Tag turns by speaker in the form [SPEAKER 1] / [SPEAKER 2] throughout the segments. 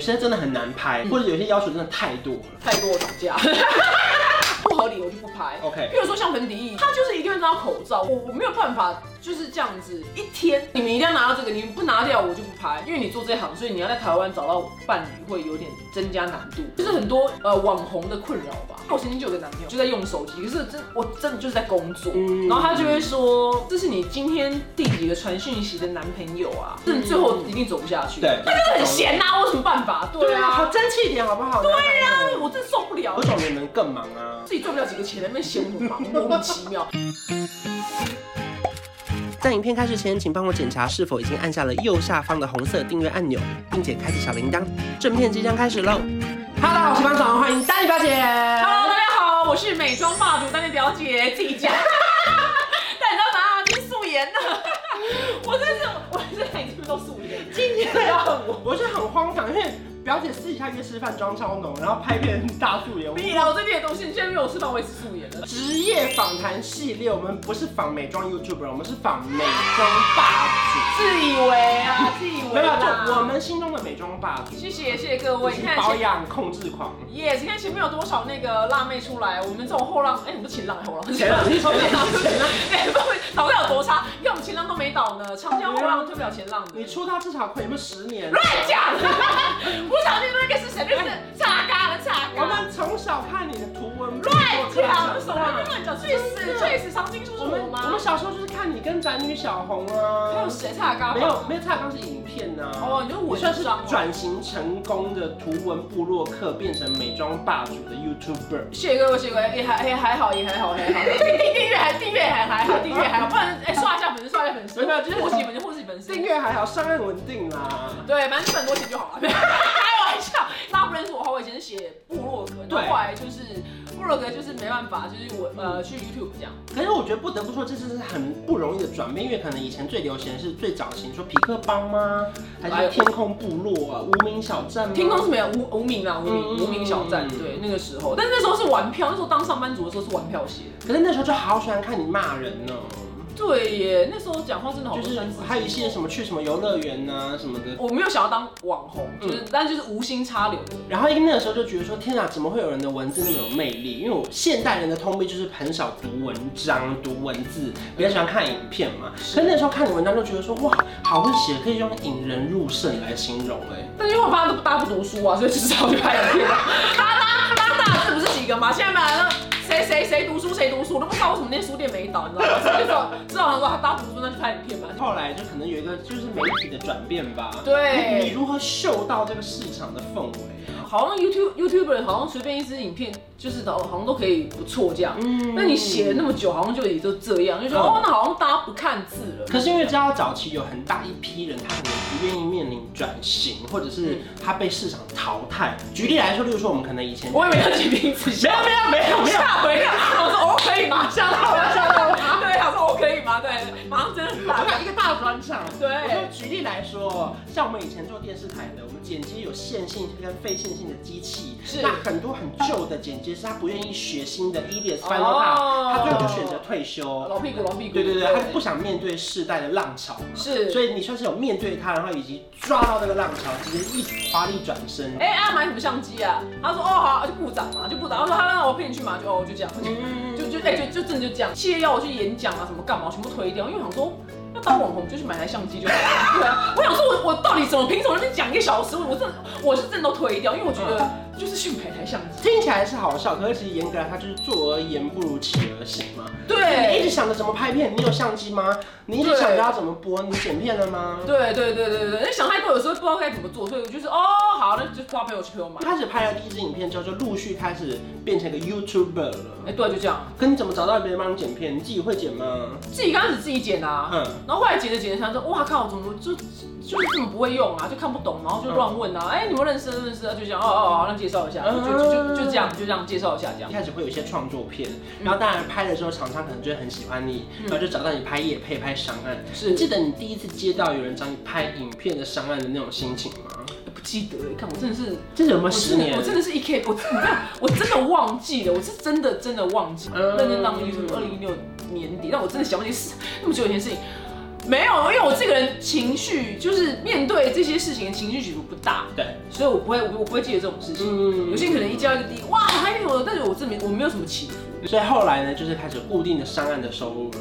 [SPEAKER 1] 有些真的很难拍，或者有些要求真的太多了。
[SPEAKER 2] 再跟我打架， 不合理我就不拍。
[SPEAKER 1] OK
[SPEAKER 2] 比如说像粉底液，它就是一定会拿到口罩，我我没有办法就是这样子一天，你们一定要拿到这个，你们不拿掉我就不拍，因为你做这行，所以你要在台湾找到伴侣会有点增加难度，就是很多呃网红的困扰吧。我曾经就有个男朋友就在用手机，可是真我真的就是在工作，
[SPEAKER 1] 嗯
[SPEAKER 2] 然后他就会说这是你今天第几个传讯息的男朋友啊，这最后一定走不下去，
[SPEAKER 1] 嗯对
[SPEAKER 2] 那就是很闲啊呐、我有什么办法？对啊，
[SPEAKER 1] 好争气一点好不好？对啊
[SPEAKER 2] 我真受不了
[SPEAKER 1] 我。找人能更忙啊。
[SPEAKER 2] 自己赚不了几个钱，在那边嫌我忙，莫名其妙。
[SPEAKER 1] 在影片开始前，请帮我检查是否已经按下了右下方的红色订阅按钮，并且开启小铃铛。正片即将开始喽！Hello，我是方总，欢迎丹妮表姐。
[SPEAKER 2] Hello，大家好，我是美妆霸主丹妮表姐，自 己家。但你知道吗？今天素颜呢，啊我真是，我真的已经都素颜。
[SPEAKER 1] 今天我我是很荒唐，因为表姐私底下约吃饭妆超浓，然后拍片大素颜。
[SPEAKER 2] 你啦，我这边的东西，你现在没有吃饭，我也是素颜的。
[SPEAKER 1] 职业访谈系列，我们不是访美妆 YouTuber，我们是访美妆霸
[SPEAKER 2] 自以为啊，自以
[SPEAKER 1] 主。
[SPEAKER 2] 为
[SPEAKER 1] 没有，就我
[SPEAKER 2] 啦。
[SPEAKER 1] 们心中的美妆霸主，
[SPEAKER 2] 谢谢谢谢各位，
[SPEAKER 1] 是
[SPEAKER 2] 你看
[SPEAKER 1] 保
[SPEAKER 2] 前面。
[SPEAKER 1] 养控制狂。
[SPEAKER 2] 耶！你看前面有多少那个辣妹出来？我们这种后浪，哎、你不是前浪还是后浪？
[SPEAKER 1] 前 浪前浪前浪
[SPEAKER 2] 哎，不会倒不了多差。你看我们前浪都没倒呢，长江后浪推不了前浪的。
[SPEAKER 1] 你出道至少快有没有十年？
[SPEAKER 2] 乱讲！不小心那个是谁？那个是叉嘎的叉
[SPEAKER 1] 我
[SPEAKER 2] 嘎。
[SPEAKER 1] 们从小看你的图文，
[SPEAKER 2] 乱讲什么？
[SPEAKER 1] 我
[SPEAKER 2] 乱讲！最死最死，常青树是
[SPEAKER 1] 们
[SPEAKER 2] 我
[SPEAKER 1] 啊我
[SPEAKER 2] 吗
[SPEAKER 1] 们？小时候就是看你跟宅女小红
[SPEAKER 2] 还
[SPEAKER 1] 啊
[SPEAKER 2] 有，谁叉嘎？
[SPEAKER 1] 没有没有，蔡康是影片呐、啊。
[SPEAKER 2] 哦，你就
[SPEAKER 1] 我
[SPEAKER 2] 文
[SPEAKER 1] 算是
[SPEAKER 2] 章哦。
[SPEAKER 1] 转型成功的图文部落客，变成美妆霸主的 YouTuber。
[SPEAKER 2] 谢谢各位，谢谢各位，也还也还好，也还好，也还好。订订阅还订阅还还好，订阅还好，不然哎刷一下粉丝，刷一下粉丝，
[SPEAKER 1] 没有就是
[SPEAKER 2] 护自己粉丝，护自己粉丝
[SPEAKER 1] 订。阅还好，上岸稳定啦。
[SPEAKER 2] 对，反正赚很多钱就好了。开玩笑，大家不认识我的话，我以前是写部落格，
[SPEAKER 1] 对
[SPEAKER 2] 然后后来就是部落格就是没办法，就是我呃去 YouTube 这样。
[SPEAKER 1] 可是我觉得不得不说，这真是很不容易的转变，因为可能以前最流行的是最早型，说皮克帮吗？还是天空部落啊，无名小站吗？
[SPEAKER 2] 哎天空是没有无无名啊，无名
[SPEAKER 1] 嗯
[SPEAKER 2] 无名小站，对那个时候，但是那时候是玩票，那时候当上班族的时候是玩票写的。
[SPEAKER 1] 可是那时候就好喜欢看你骂人哦、
[SPEAKER 2] 对耶，那时候讲话真的好
[SPEAKER 1] 就
[SPEAKER 2] 多
[SPEAKER 1] 是
[SPEAKER 2] 酸字。
[SPEAKER 1] 还有一些什么去什么游乐园呐什么的。
[SPEAKER 2] 我没有想要当网红，就是、但就是无心插柳的。
[SPEAKER 1] 然后因为那个时候就觉得说，天啊，怎么会有人的文字那么有魅力？因为我现代人的通病就是很少读文章、读文字，比较喜欢看影片嘛。可是那时候看你文章就觉得说，哇，好会写，可以用引人入胜来形容哎、
[SPEAKER 2] 但因为我发现大家不读书啊，所以只好去拍影片啊。大家大家大字不是几个嘛？现在买了谁谁谁读书谁读书，我都不知道为什么那书店没倒，你知道吗？所以就知道知道他说他大家不读书，那就拍影片吧。
[SPEAKER 1] 后来就可能有一个就是媒体的转变吧。
[SPEAKER 2] 对
[SPEAKER 1] 你你如何嗅到这个市场的氛围啊？
[SPEAKER 2] 好像 YouTube YouTuber 好像随便一支影片，就是好好像都可以不错这样。
[SPEAKER 1] 嗯
[SPEAKER 2] 那你写了那么久，好像就也就这样，就觉得、
[SPEAKER 1] 嗯
[SPEAKER 2] 哦，那好像大家不看字了。
[SPEAKER 1] 可是因为知道早期有很大一批人，他可能不愿意面临转型，或者是他被市场淘汰。举例来说，例如说我们可能以前
[SPEAKER 2] 我也没有举例子，
[SPEAKER 1] 没有没有没有没有，
[SPEAKER 2] 吓回了。我说哦可以吗？ 吓到我，吓到我。 对，他说哦可以吗？对，马上真的
[SPEAKER 1] 我
[SPEAKER 2] 打
[SPEAKER 1] 们一个大转场。
[SPEAKER 2] 对
[SPEAKER 1] 我说举例来说，像我们以前做电视台的，我们剪接有线性跟非线性的机器，
[SPEAKER 2] 是
[SPEAKER 1] 那很多很旧的剪接师，他不愿意学新的 EDS
[SPEAKER 2] 哦
[SPEAKER 1] Final Cut，他最后就选择退休。
[SPEAKER 2] 老屁股，老屁股。
[SPEAKER 1] 对对对，他就不想面对世代的浪潮嘛，
[SPEAKER 2] 是
[SPEAKER 1] 所以你算是有面对他，然后以及抓到这个浪潮，直接一华丽转身。
[SPEAKER 2] 哎，啊买什么相机啊？他说哦好，就部长嘛，就部长。他说他让我骗你去嘛，就哦就这样，
[SPEAKER 1] 嗯
[SPEAKER 2] 就就哎就就真的就这样。企业要我去演讲啊什么干嘛，全部推掉，因为我想说。要当网红就去买台相机就好了。对啊，我想说我，我到底怎么凭什么那边讲一个小时？我真的我是真的都推掉，因为我觉得就是去买台相机。
[SPEAKER 1] 听起来是好笑，可是其实严格来，他就是坐而言不如起而行嘛。你一
[SPEAKER 2] 对
[SPEAKER 1] 直想着怎么拍片，你有相机吗？你一直想着要怎么播，你剪片了吗？
[SPEAKER 2] 对对对对对，那想太多，有时候不知道该怎么做，所以我就是哦，好，那就花朋友去陪我买
[SPEAKER 1] 一。开始拍了第一支影片之后，就陆续开始变成一个 YouTuber 了。
[SPEAKER 2] 哎，对，就这样，
[SPEAKER 1] 可你怎么找到别人帮你剪片？你自己会剪吗？
[SPEAKER 2] 自己刚开始自己剪啊，
[SPEAKER 1] 嗯，
[SPEAKER 2] 然后后来剪着剪着，想说，哇靠，怎么就就是这么不会用啊，就看不懂，然后就乱问啊，哎、你们认识认识啊，就想哦哦，好那介绍一下，就就就就这样，就这样介绍一下这样
[SPEAKER 1] 一。开始会有一些创作片，然后当然拍的时候，厂商可能就会很喜欢你，
[SPEAKER 2] 嗯
[SPEAKER 1] 然后就找到你拍夜配、拍商案。
[SPEAKER 2] 是
[SPEAKER 1] 你记得你第一次接到有人找你拍影片的商案的那种心情吗？
[SPEAKER 2] 不记得看我真的是，
[SPEAKER 1] 这有没有
[SPEAKER 2] 我
[SPEAKER 1] 十
[SPEAKER 2] 真的
[SPEAKER 1] 年
[SPEAKER 2] 我？真的是一 k，我你看我真的忘记了，我是真的真的忘记，
[SPEAKER 1] 嗯
[SPEAKER 2] 认真当 YouTube 二零一六年底，但我真的想不起是那么久以前的事情。没有，因为我这个人情绪就是面对这些事情的情绪起伏不大，
[SPEAKER 1] 对，
[SPEAKER 2] 所以我不会，我不会记得这种事情。有
[SPEAKER 1] 嗯，
[SPEAKER 2] 些可能一加一个 D，哇，还有，但是我证明我没有什么起伏。
[SPEAKER 1] 所以后来呢，就是开始有固定的上岸的收入了。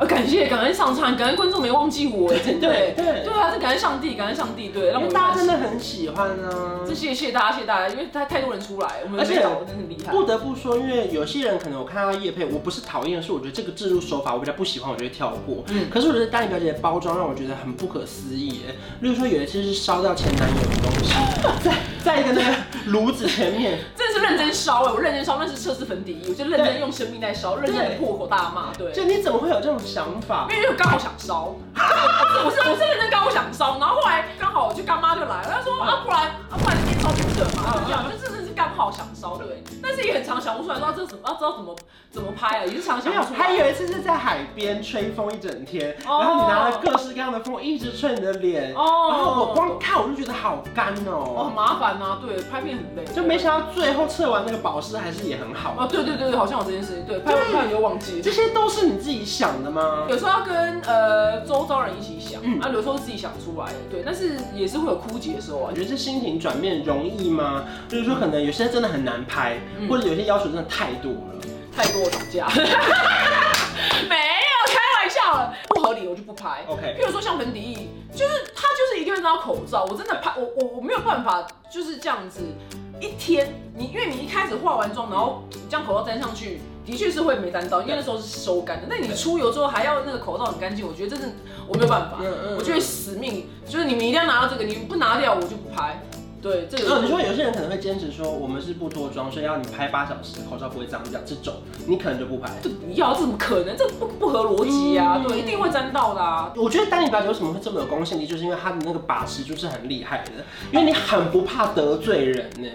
[SPEAKER 2] 呃，感谢，感恩上苍，感恩观众没忘记我，真的。
[SPEAKER 1] 对对
[SPEAKER 2] 对啊，这感恩上帝，感恩上帝，对，让
[SPEAKER 1] 因
[SPEAKER 2] 我
[SPEAKER 1] 为
[SPEAKER 2] 们
[SPEAKER 1] 大家真的很喜欢啊
[SPEAKER 2] 这。谢谢大家，谢谢大家，因为他太多人出来，我们
[SPEAKER 1] 而且
[SPEAKER 2] 没搞，真的很厉害。
[SPEAKER 1] 不得不说，因为有些人可能我看到叶佩，我不是讨厌，是我觉得这个制度手法我比较不喜欢，我就会跳过。
[SPEAKER 2] 嗯
[SPEAKER 1] 可是我觉得丹妮表姐的包装让我觉得很不可思议耶。例如说有一次是烧到前男友的东西， 在 在一个那个炉子前 面，
[SPEAKER 2] 真的是认真烧哎、我认真烧，那是测试粉底液，我就认真
[SPEAKER 1] 对
[SPEAKER 2] 用生命在烧，认
[SPEAKER 1] 对
[SPEAKER 2] 真破口大骂，对，
[SPEAKER 1] 就你怎么会有这种想法？
[SPEAKER 2] 因为就刚好想烧，我是我是认真刚好想烧，然后后来刚好我就干妈就来了，她说啊不然啊不然天烧不者嘛，就这样，就真的是刚好想烧，对，但是也很常想不出来，说这怎么要啊知道怎么怎么拍啊，也是常想
[SPEAKER 1] 没有
[SPEAKER 2] 不，出来，
[SPEAKER 1] 还有一次是在海边吹风一整天，
[SPEAKER 2] 哦
[SPEAKER 1] 然后你拿了各式各样的风一直吹你的脸，然后我
[SPEAKER 2] 哦，
[SPEAKER 1] 光看我就觉得好干
[SPEAKER 2] 哦很
[SPEAKER 1] 哦，
[SPEAKER 2] 麻烦呐、啊，对，拍片很累，
[SPEAKER 1] 就没想到最后测完那个保湿还是也很好。
[SPEAKER 2] 哦，对对对对，好像有这件事情，对，拍完
[SPEAKER 1] 对
[SPEAKER 2] 拍完就忘记了。
[SPEAKER 1] 这些都是你自己想的吗？
[SPEAKER 2] 有时候要跟呃周遭人一起想，
[SPEAKER 1] 嗯
[SPEAKER 2] 啊，有时候是自己想出来的，对，但是也是会有枯竭的时候啊
[SPEAKER 1] 我。觉得这心情转变容易吗？就是说，可能有些真的很难拍，
[SPEAKER 2] 嗯
[SPEAKER 1] 或者有些要求真的太多了。
[SPEAKER 2] 太跟我吵架，没有开玩笑了，不合理我就不拍。
[SPEAKER 1] OK，
[SPEAKER 2] 譬如说像粉底液，就是它就是一定会到口罩，我真的拍我我我没有办法就是这样子一天，你因为你一开始化完妆，然后你这样口罩粘上去，的确是会没粘到，因为那时候是收干的。那你出油之后还要那个口罩很干净，我觉得真的我没有办法。
[SPEAKER 1] 嗯嗯
[SPEAKER 2] 我就会死命，就是你们一定要拿到这个，你们不拿掉我就不拍。对，这个
[SPEAKER 1] 哦，你说有些人可能会坚持说，我们是不脱妆，所以要你拍八小时，口罩不会脏掉这种，你可能就不拍。
[SPEAKER 2] 这不要，这怎么可能？这不不合逻辑啊！
[SPEAKER 1] 嗯
[SPEAKER 2] 对，一定会沾到的啊！
[SPEAKER 1] 我觉得丹尼表姐为什么会这么有公信力，就是因为她的那个把持就是很厉害的，因为你很不怕得罪人呢、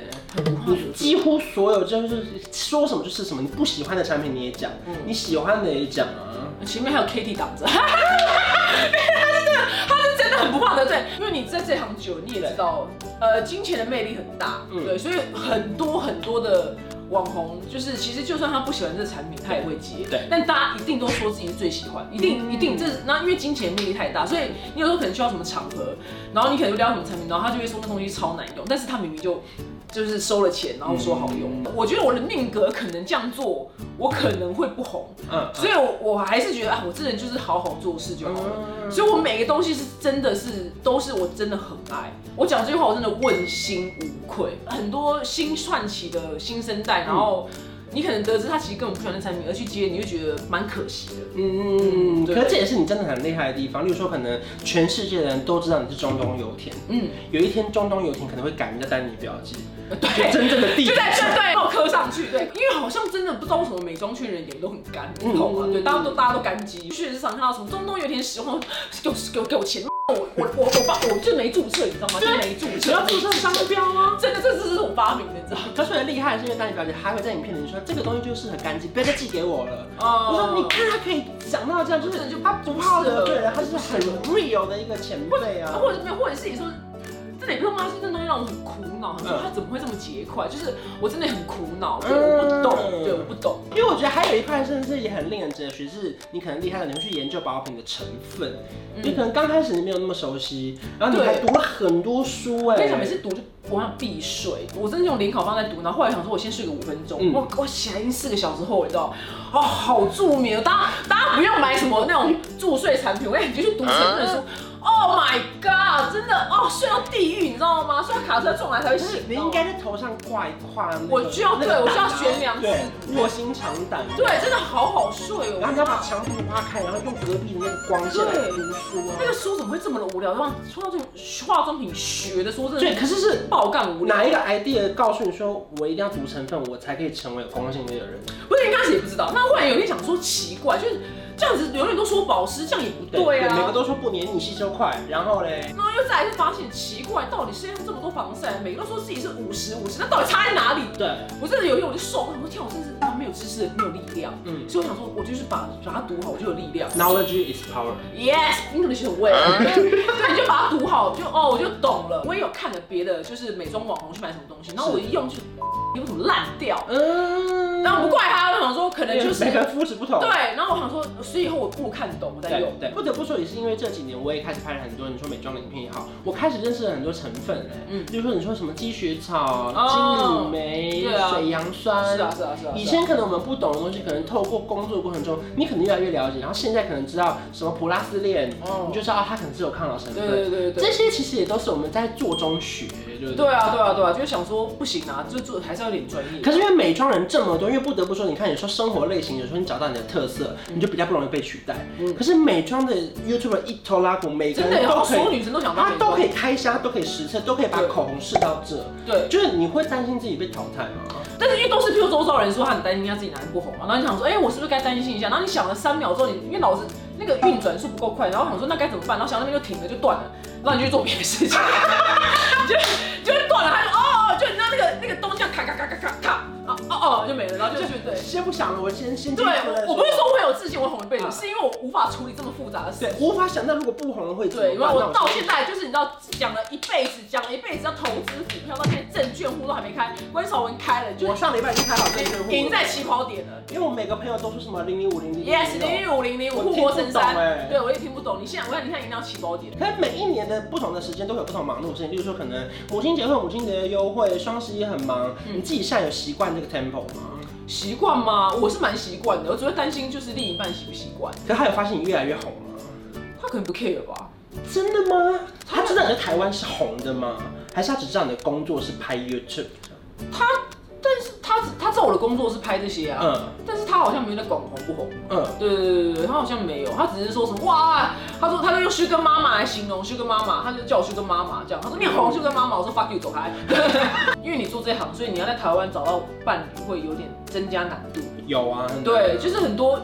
[SPEAKER 1] 你几乎所有就是说什么就是什么，你不喜欢的产品你也讲，你喜欢的也讲啊。
[SPEAKER 2] 前面还有 Kitty 挡着，因为 他是真的，他是真的很不怕得罪，因为你在这行久，你也知道，呃，金钱的魅力很大，
[SPEAKER 1] 嗯
[SPEAKER 2] 对，所以很多很多的。网红就是，其实就算他不喜欢这个产品，他也会接。
[SPEAKER 1] 对
[SPEAKER 2] 但大家一定都说自己是最喜欢，一定一定这那因为金钱魅力太大，所以你有时候可能需要什么场合，然后你可能就撩什么产品，然后他就会说那东西超难用，但是他明明就就是收了钱，然后说好用。
[SPEAKER 1] 嗯
[SPEAKER 2] 我觉得我的命格可能这样做，我可能会不红，
[SPEAKER 1] 嗯，
[SPEAKER 2] 所以我，我还是觉得啊，我这人就是好好做事就好了。
[SPEAKER 1] 嗯
[SPEAKER 2] 所以，我每个东西是真的是都是我真的很爱。我讲这句话，我真的问心无愧。很多新窜起的新生代，然后
[SPEAKER 1] 嗯
[SPEAKER 2] 你可能得知他其实根本不喜欢的产品，而去接，你就觉得蛮可惜的。
[SPEAKER 1] 嗯，
[SPEAKER 2] 对
[SPEAKER 1] 可是这也是你真的很厉害的地方。例如说，可能全世界的人都知道你是中东油田，
[SPEAKER 2] 嗯，
[SPEAKER 1] 有一天中东油田可能会改名叫丹尼表姐，就
[SPEAKER 2] 对。
[SPEAKER 1] 真正的地
[SPEAKER 2] 就
[SPEAKER 1] 址。
[SPEAKER 2] 在这对，帮我磕上去，对，因为好像真的不知道为什么美妆圈人眼都很干，很痛啊，
[SPEAKER 1] 嗯
[SPEAKER 2] 对，大家都大家都干肌，去市场看到什么中东有点使用，给我给我给我钱，我我我我把我就没注册，你知道吗？就没注册，
[SPEAKER 1] 只要注册商标啊。
[SPEAKER 2] 真的，这这是我发明的，你知道吗？
[SPEAKER 1] 可是很厉害，是因为丹尼表姐还会在影片里说这个东西就适合干净，不要再寄给我了。
[SPEAKER 2] 哦
[SPEAKER 1] 我说你看他可以长到这样，就是
[SPEAKER 2] 真的就
[SPEAKER 1] 他不怕得罪人，他
[SPEAKER 2] 不
[SPEAKER 1] 是
[SPEAKER 2] 适合
[SPEAKER 1] 很 real 的一个前辈啊。
[SPEAKER 2] 或者没有，或者是你说，真的也不知道妈是这东西让我很苦恼，
[SPEAKER 1] 嗯
[SPEAKER 2] 很说他怎么会这么结块？就是我真的很苦恼，对，
[SPEAKER 1] 嗯
[SPEAKER 2] 我不懂，对，我不懂。
[SPEAKER 1] 因为我觉得还有一块，甚至也很令人哲学，是你可能厉害的，你会去研究保养品的成分，
[SPEAKER 2] 嗯
[SPEAKER 1] 你可能刚开始你没有那么熟悉，然后你还读了很多书哎、
[SPEAKER 2] 我跟你讲，每次读就我想必睡，我真的用联考方在读，然后后来想说我先睡个五分钟，
[SPEAKER 1] 嗯
[SPEAKER 2] 我我起来已经四个小时后了，你知道？哦，好助眠，大家大家不用买什么那种助睡产品，我跟你讲你就去读成分书。
[SPEAKER 1] 嗯
[SPEAKER 2] Oh my god！真的哦，睡到地狱，你知道吗？睡到卡车撞来才会
[SPEAKER 1] 就是
[SPEAKER 2] 醒。
[SPEAKER 1] 你应该在头上挂一块那个，
[SPEAKER 2] 我就要
[SPEAKER 1] 那个
[SPEAKER 2] 对我就要
[SPEAKER 1] 胆啊
[SPEAKER 2] 悬梁刺
[SPEAKER 1] 对，
[SPEAKER 2] 股
[SPEAKER 1] 卧薪尝胆。
[SPEAKER 2] 对，真的好好睡哦。
[SPEAKER 1] 然后你要把墙壁挖开，然后用隔壁的那个光线来读书啊
[SPEAKER 2] 那。个书怎么会这么的无聊？让说到这种化妆品学的说真的，
[SPEAKER 1] 对，可是是
[SPEAKER 2] 爆干无聊。
[SPEAKER 1] 哪一个 idea 告诉你说我一定要读成分，我才可以成为有公信力的人？
[SPEAKER 2] 不是一开始也不知道，那后来有一天想说奇怪，就是这样子永远都说保湿，这样也不对
[SPEAKER 1] 每个
[SPEAKER 2] 啊。
[SPEAKER 1] 都说不黏你吸收快，然后嘞，
[SPEAKER 2] 然后又再一次发现奇怪，到底世界上这么多防晒，每个都说自己是五十五十，那到底差在哪里？
[SPEAKER 1] 对，
[SPEAKER 2] 我真的有一天我就瘦，我想说天啊，我真的是啊没没有知识，没有力量。
[SPEAKER 1] 嗯
[SPEAKER 2] 所以我想说，我就是把把它读好，我就有力量。
[SPEAKER 1] Knowledge is power。
[SPEAKER 2] Yes，English 很 well。对，你就把它读好，就哦，我就懂了。我也有看了别的，就是美妆网红去买什么东西，然后我一用就，你为什么烂 掉？
[SPEAKER 1] 嗯，
[SPEAKER 2] 然后我不怪他，我想说可能就是
[SPEAKER 1] 每个人肤质不同。
[SPEAKER 2] 对。然后我想说，所以以后我不如看懂，我再
[SPEAKER 1] 对
[SPEAKER 2] 用。
[SPEAKER 1] 对，不得不说也是因为这几年我也开始拍了很多你说美妆的影片也好，我开始认识了很多成分哎，嗯
[SPEAKER 2] 嗯，
[SPEAKER 1] 比如说你说什么积雪草、
[SPEAKER 2] 哦
[SPEAKER 1] 金缕梅
[SPEAKER 2] 对、啊
[SPEAKER 1] 水杨酸，
[SPEAKER 2] 是啊，是啊，是啊。
[SPEAKER 1] 以
[SPEAKER 2] 是啊
[SPEAKER 1] 前可能我们不懂的东西，可能透过工作的过程中，你可能越来越了解，然后现在可能知道什么普拉斯链，
[SPEAKER 2] 哦
[SPEAKER 1] 你就知道它可能是有抗老成
[SPEAKER 2] 对
[SPEAKER 1] 分。
[SPEAKER 2] 对对对
[SPEAKER 1] 这些其实也都是我们在做中学，对不对？
[SPEAKER 2] 对啊，对啊，对啊，就想说不行啊，就做还是要有点专业。
[SPEAKER 1] 可是因为美妆人这么多，因为不得不说，你看你说生活类型，有时候你找到你的特色，你就比较不容易被取代。
[SPEAKER 2] 嗯
[SPEAKER 1] 可是美妆的 YouTube 一头拉骨，每个
[SPEAKER 2] 真的，
[SPEAKER 1] 人都
[SPEAKER 2] 好像
[SPEAKER 1] 可
[SPEAKER 2] 所有
[SPEAKER 1] 以，
[SPEAKER 2] 女生都想当
[SPEAKER 1] 他
[SPEAKER 2] 美
[SPEAKER 1] 都
[SPEAKER 2] 妆
[SPEAKER 1] 可以开箱，都可以实测，都可以把
[SPEAKER 2] 对
[SPEAKER 1] 口红试到这，
[SPEAKER 2] 对，
[SPEAKER 1] 就是你会担心自己被淘汰吗？
[SPEAKER 2] 但是因为都是譬如周遭人说他很担心他自己哪里不红嘛，然后你想说，哎、我是不是该担心一下？然后你想了三秒之后，你因为脑子那个运转速不够快，然后想说那该怎么办？然后想到那边就停了，就断了，然后你就去做别的事情， 你就你就断了，他就哦，就你知道那个那个东西这样咔咔咔咔咔咔，啊哦哦就没了，然后就去对。
[SPEAKER 1] 先不想了，我先先
[SPEAKER 2] 对，我我不是说我有自信，我会红一辈子
[SPEAKER 1] 啊，
[SPEAKER 2] 是因为我无法处理这么复杂的事
[SPEAKER 1] 对，。无法想到如果不红了会怎么
[SPEAKER 2] 对，
[SPEAKER 1] 办。
[SPEAKER 2] 因为我
[SPEAKER 1] 那
[SPEAKER 2] 到现在就是你知道讲了一辈子，讲了一辈子要投资股票，到现在证券户都还没开，关少文开了，就
[SPEAKER 1] 我上礼拜已经开好这个户
[SPEAKER 2] 赢在起跑点了。
[SPEAKER 1] 因为我每个朋友都说什么零零五零零
[SPEAKER 2] Yes，零零五零零
[SPEAKER 1] 我
[SPEAKER 2] 护国神
[SPEAKER 1] 听不懂欸
[SPEAKER 2] 山，对我也听不懂。你现在我看你现在赢到起跑点，
[SPEAKER 1] 可能每一年的不同的时间都会有不同忙碌的事情，例如说可能母亲节会有母亲节的优惠，双十一很忙。
[SPEAKER 2] 嗯
[SPEAKER 1] 你自己现在有习惯这个 tempo 吗？
[SPEAKER 2] 习惯吗？我是蛮习惯的，我只会担心就是另一半习不习惯，
[SPEAKER 1] 可他有发现你越来越红吗？
[SPEAKER 2] 他可能不 care 吧。
[SPEAKER 1] 真的吗？
[SPEAKER 2] 他
[SPEAKER 1] 他知道你在台湾是红的吗？还是他只知道你的工作是拍 YouTube？
[SPEAKER 2] 他，但是他他知道我的工作是拍这些啊，
[SPEAKER 1] 嗯
[SPEAKER 2] 但是他好像没有在管我红不红。
[SPEAKER 1] 嗯，
[SPEAKER 2] 对对对对对，他好像没有，他只是说什么哇，他说他就用 sugar 妈妈来形容 sugar 妈妈，他就叫我 sugar 妈妈这样，他说你红 sugar 妈妈，我说 fuck you 走开， 因为你做这行，所以你要在台湾找到伴侣会有点增加难度。
[SPEAKER 1] 有啊。很多，
[SPEAKER 2] 对，就是很多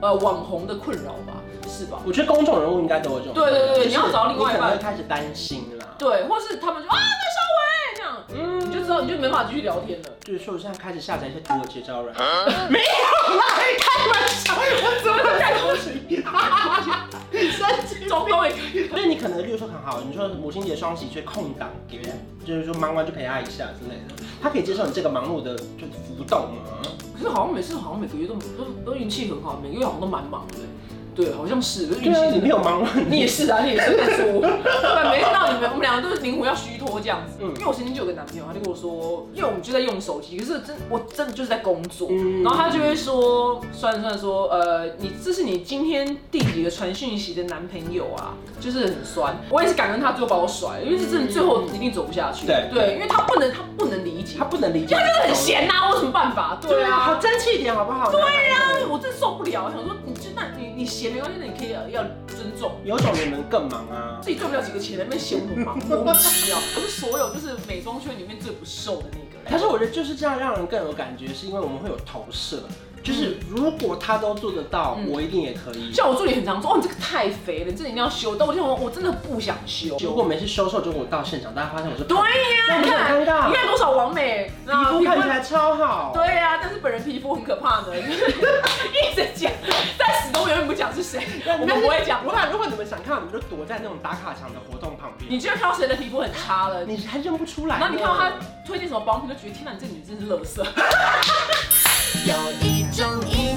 [SPEAKER 2] 呃网红的困扰吧，是吧？
[SPEAKER 1] 我觉得公众人物应该都有这种。
[SPEAKER 2] 对对对
[SPEAKER 1] 就是
[SPEAKER 2] 你要找另外一
[SPEAKER 1] 你可
[SPEAKER 2] 半
[SPEAKER 1] 能会开始担心啦。
[SPEAKER 2] 对，或是他们就啊那小伟这样，
[SPEAKER 1] 嗯
[SPEAKER 2] 你就知道你就没法继续聊天了。
[SPEAKER 1] 就是说，我现在开始下载一些土耳其招软件。
[SPEAKER 2] 我 怎么会在东西？ 生 气，中东也可以。
[SPEAKER 1] 所以你可能，例如说很好，你说母亲节、双十一，所以空档给人，就是说忙完就陪她一下之类的，她可以接受你这个忙碌的就浮动吗？
[SPEAKER 2] 可是好像每次好像每个月都都都运气很好，每个月好像都蛮忙的。对，好像是，就是
[SPEAKER 1] 对
[SPEAKER 2] 运气
[SPEAKER 1] 啊，你嗯
[SPEAKER 2] 真
[SPEAKER 1] 没
[SPEAKER 2] 的。
[SPEAKER 1] 有忙完，
[SPEAKER 2] 你也是啊，你也是在说， 对，没看到你们，我们两个都是灵魂要虚脱这样子。
[SPEAKER 1] 嗯
[SPEAKER 2] 因为我曾经就有个男朋友，他就跟我说，因为我们就在用手机，可是真我真的就是在工作，
[SPEAKER 1] 嗯
[SPEAKER 2] 然后他就会说，算了算了，说，呃，你这是你今天第几个传讯息的男朋友啊？就是很酸，我也是感恩他最后把我甩了，因为是真的最后一定走不下去。
[SPEAKER 1] 对
[SPEAKER 2] 对，因为他不能，他不能理解，
[SPEAKER 1] 她
[SPEAKER 2] 他
[SPEAKER 1] 不能理解，
[SPEAKER 2] 他就是很闲呐、我有什么办法？
[SPEAKER 1] 对
[SPEAKER 2] 对
[SPEAKER 1] 啊，好
[SPEAKER 2] 啊。
[SPEAKER 1] 争气一点好不好？对
[SPEAKER 2] 但是我真的受不了，我想说你就那你你闲没关系，那你可以要要尊重。
[SPEAKER 1] 有种你们更忙啊。
[SPEAKER 2] 自己赚不了几个钱，在那边嫌我忙，莫名其妙。我是所有就是美妆圈里面最不瘦的那个
[SPEAKER 1] 可
[SPEAKER 2] 人。
[SPEAKER 1] 是我觉得就是这样让人更有感觉，是因为我们会有投射，就是如果她都做得到，
[SPEAKER 2] 嗯
[SPEAKER 1] 我一定也可以。
[SPEAKER 2] 像我助理很常说，哦，你这个太肥了，你这个一定要修。但我就想说，我真的不想修。
[SPEAKER 1] 如果每次收售，结果我到现场，大家发现我是
[SPEAKER 2] 对啊
[SPEAKER 1] 那
[SPEAKER 2] 呀、
[SPEAKER 1] 不
[SPEAKER 2] 你
[SPEAKER 1] 是
[SPEAKER 2] 看，
[SPEAKER 1] 很尴尬
[SPEAKER 2] 你？看多少完美，皮
[SPEAKER 1] 皮肤看起来超好。
[SPEAKER 2] 对呀、但是本人皮肤很可怕呢， 一直讲，但始终永远不讲是谁，我们不会讲
[SPEAKER 1] 如。果如果你们想看，你们就躲在那种打卡场的活动旁边，
[SPEAKER 2] 你居然看到谁的皮肤很差了，
[SPEAKER 1] 你还认不出来。
[SPEAKER 2] 然后你看到他推荐什么保养品，就觉得天哪，你这女人真是垃圾。
[SPEAKER 3] 有一种音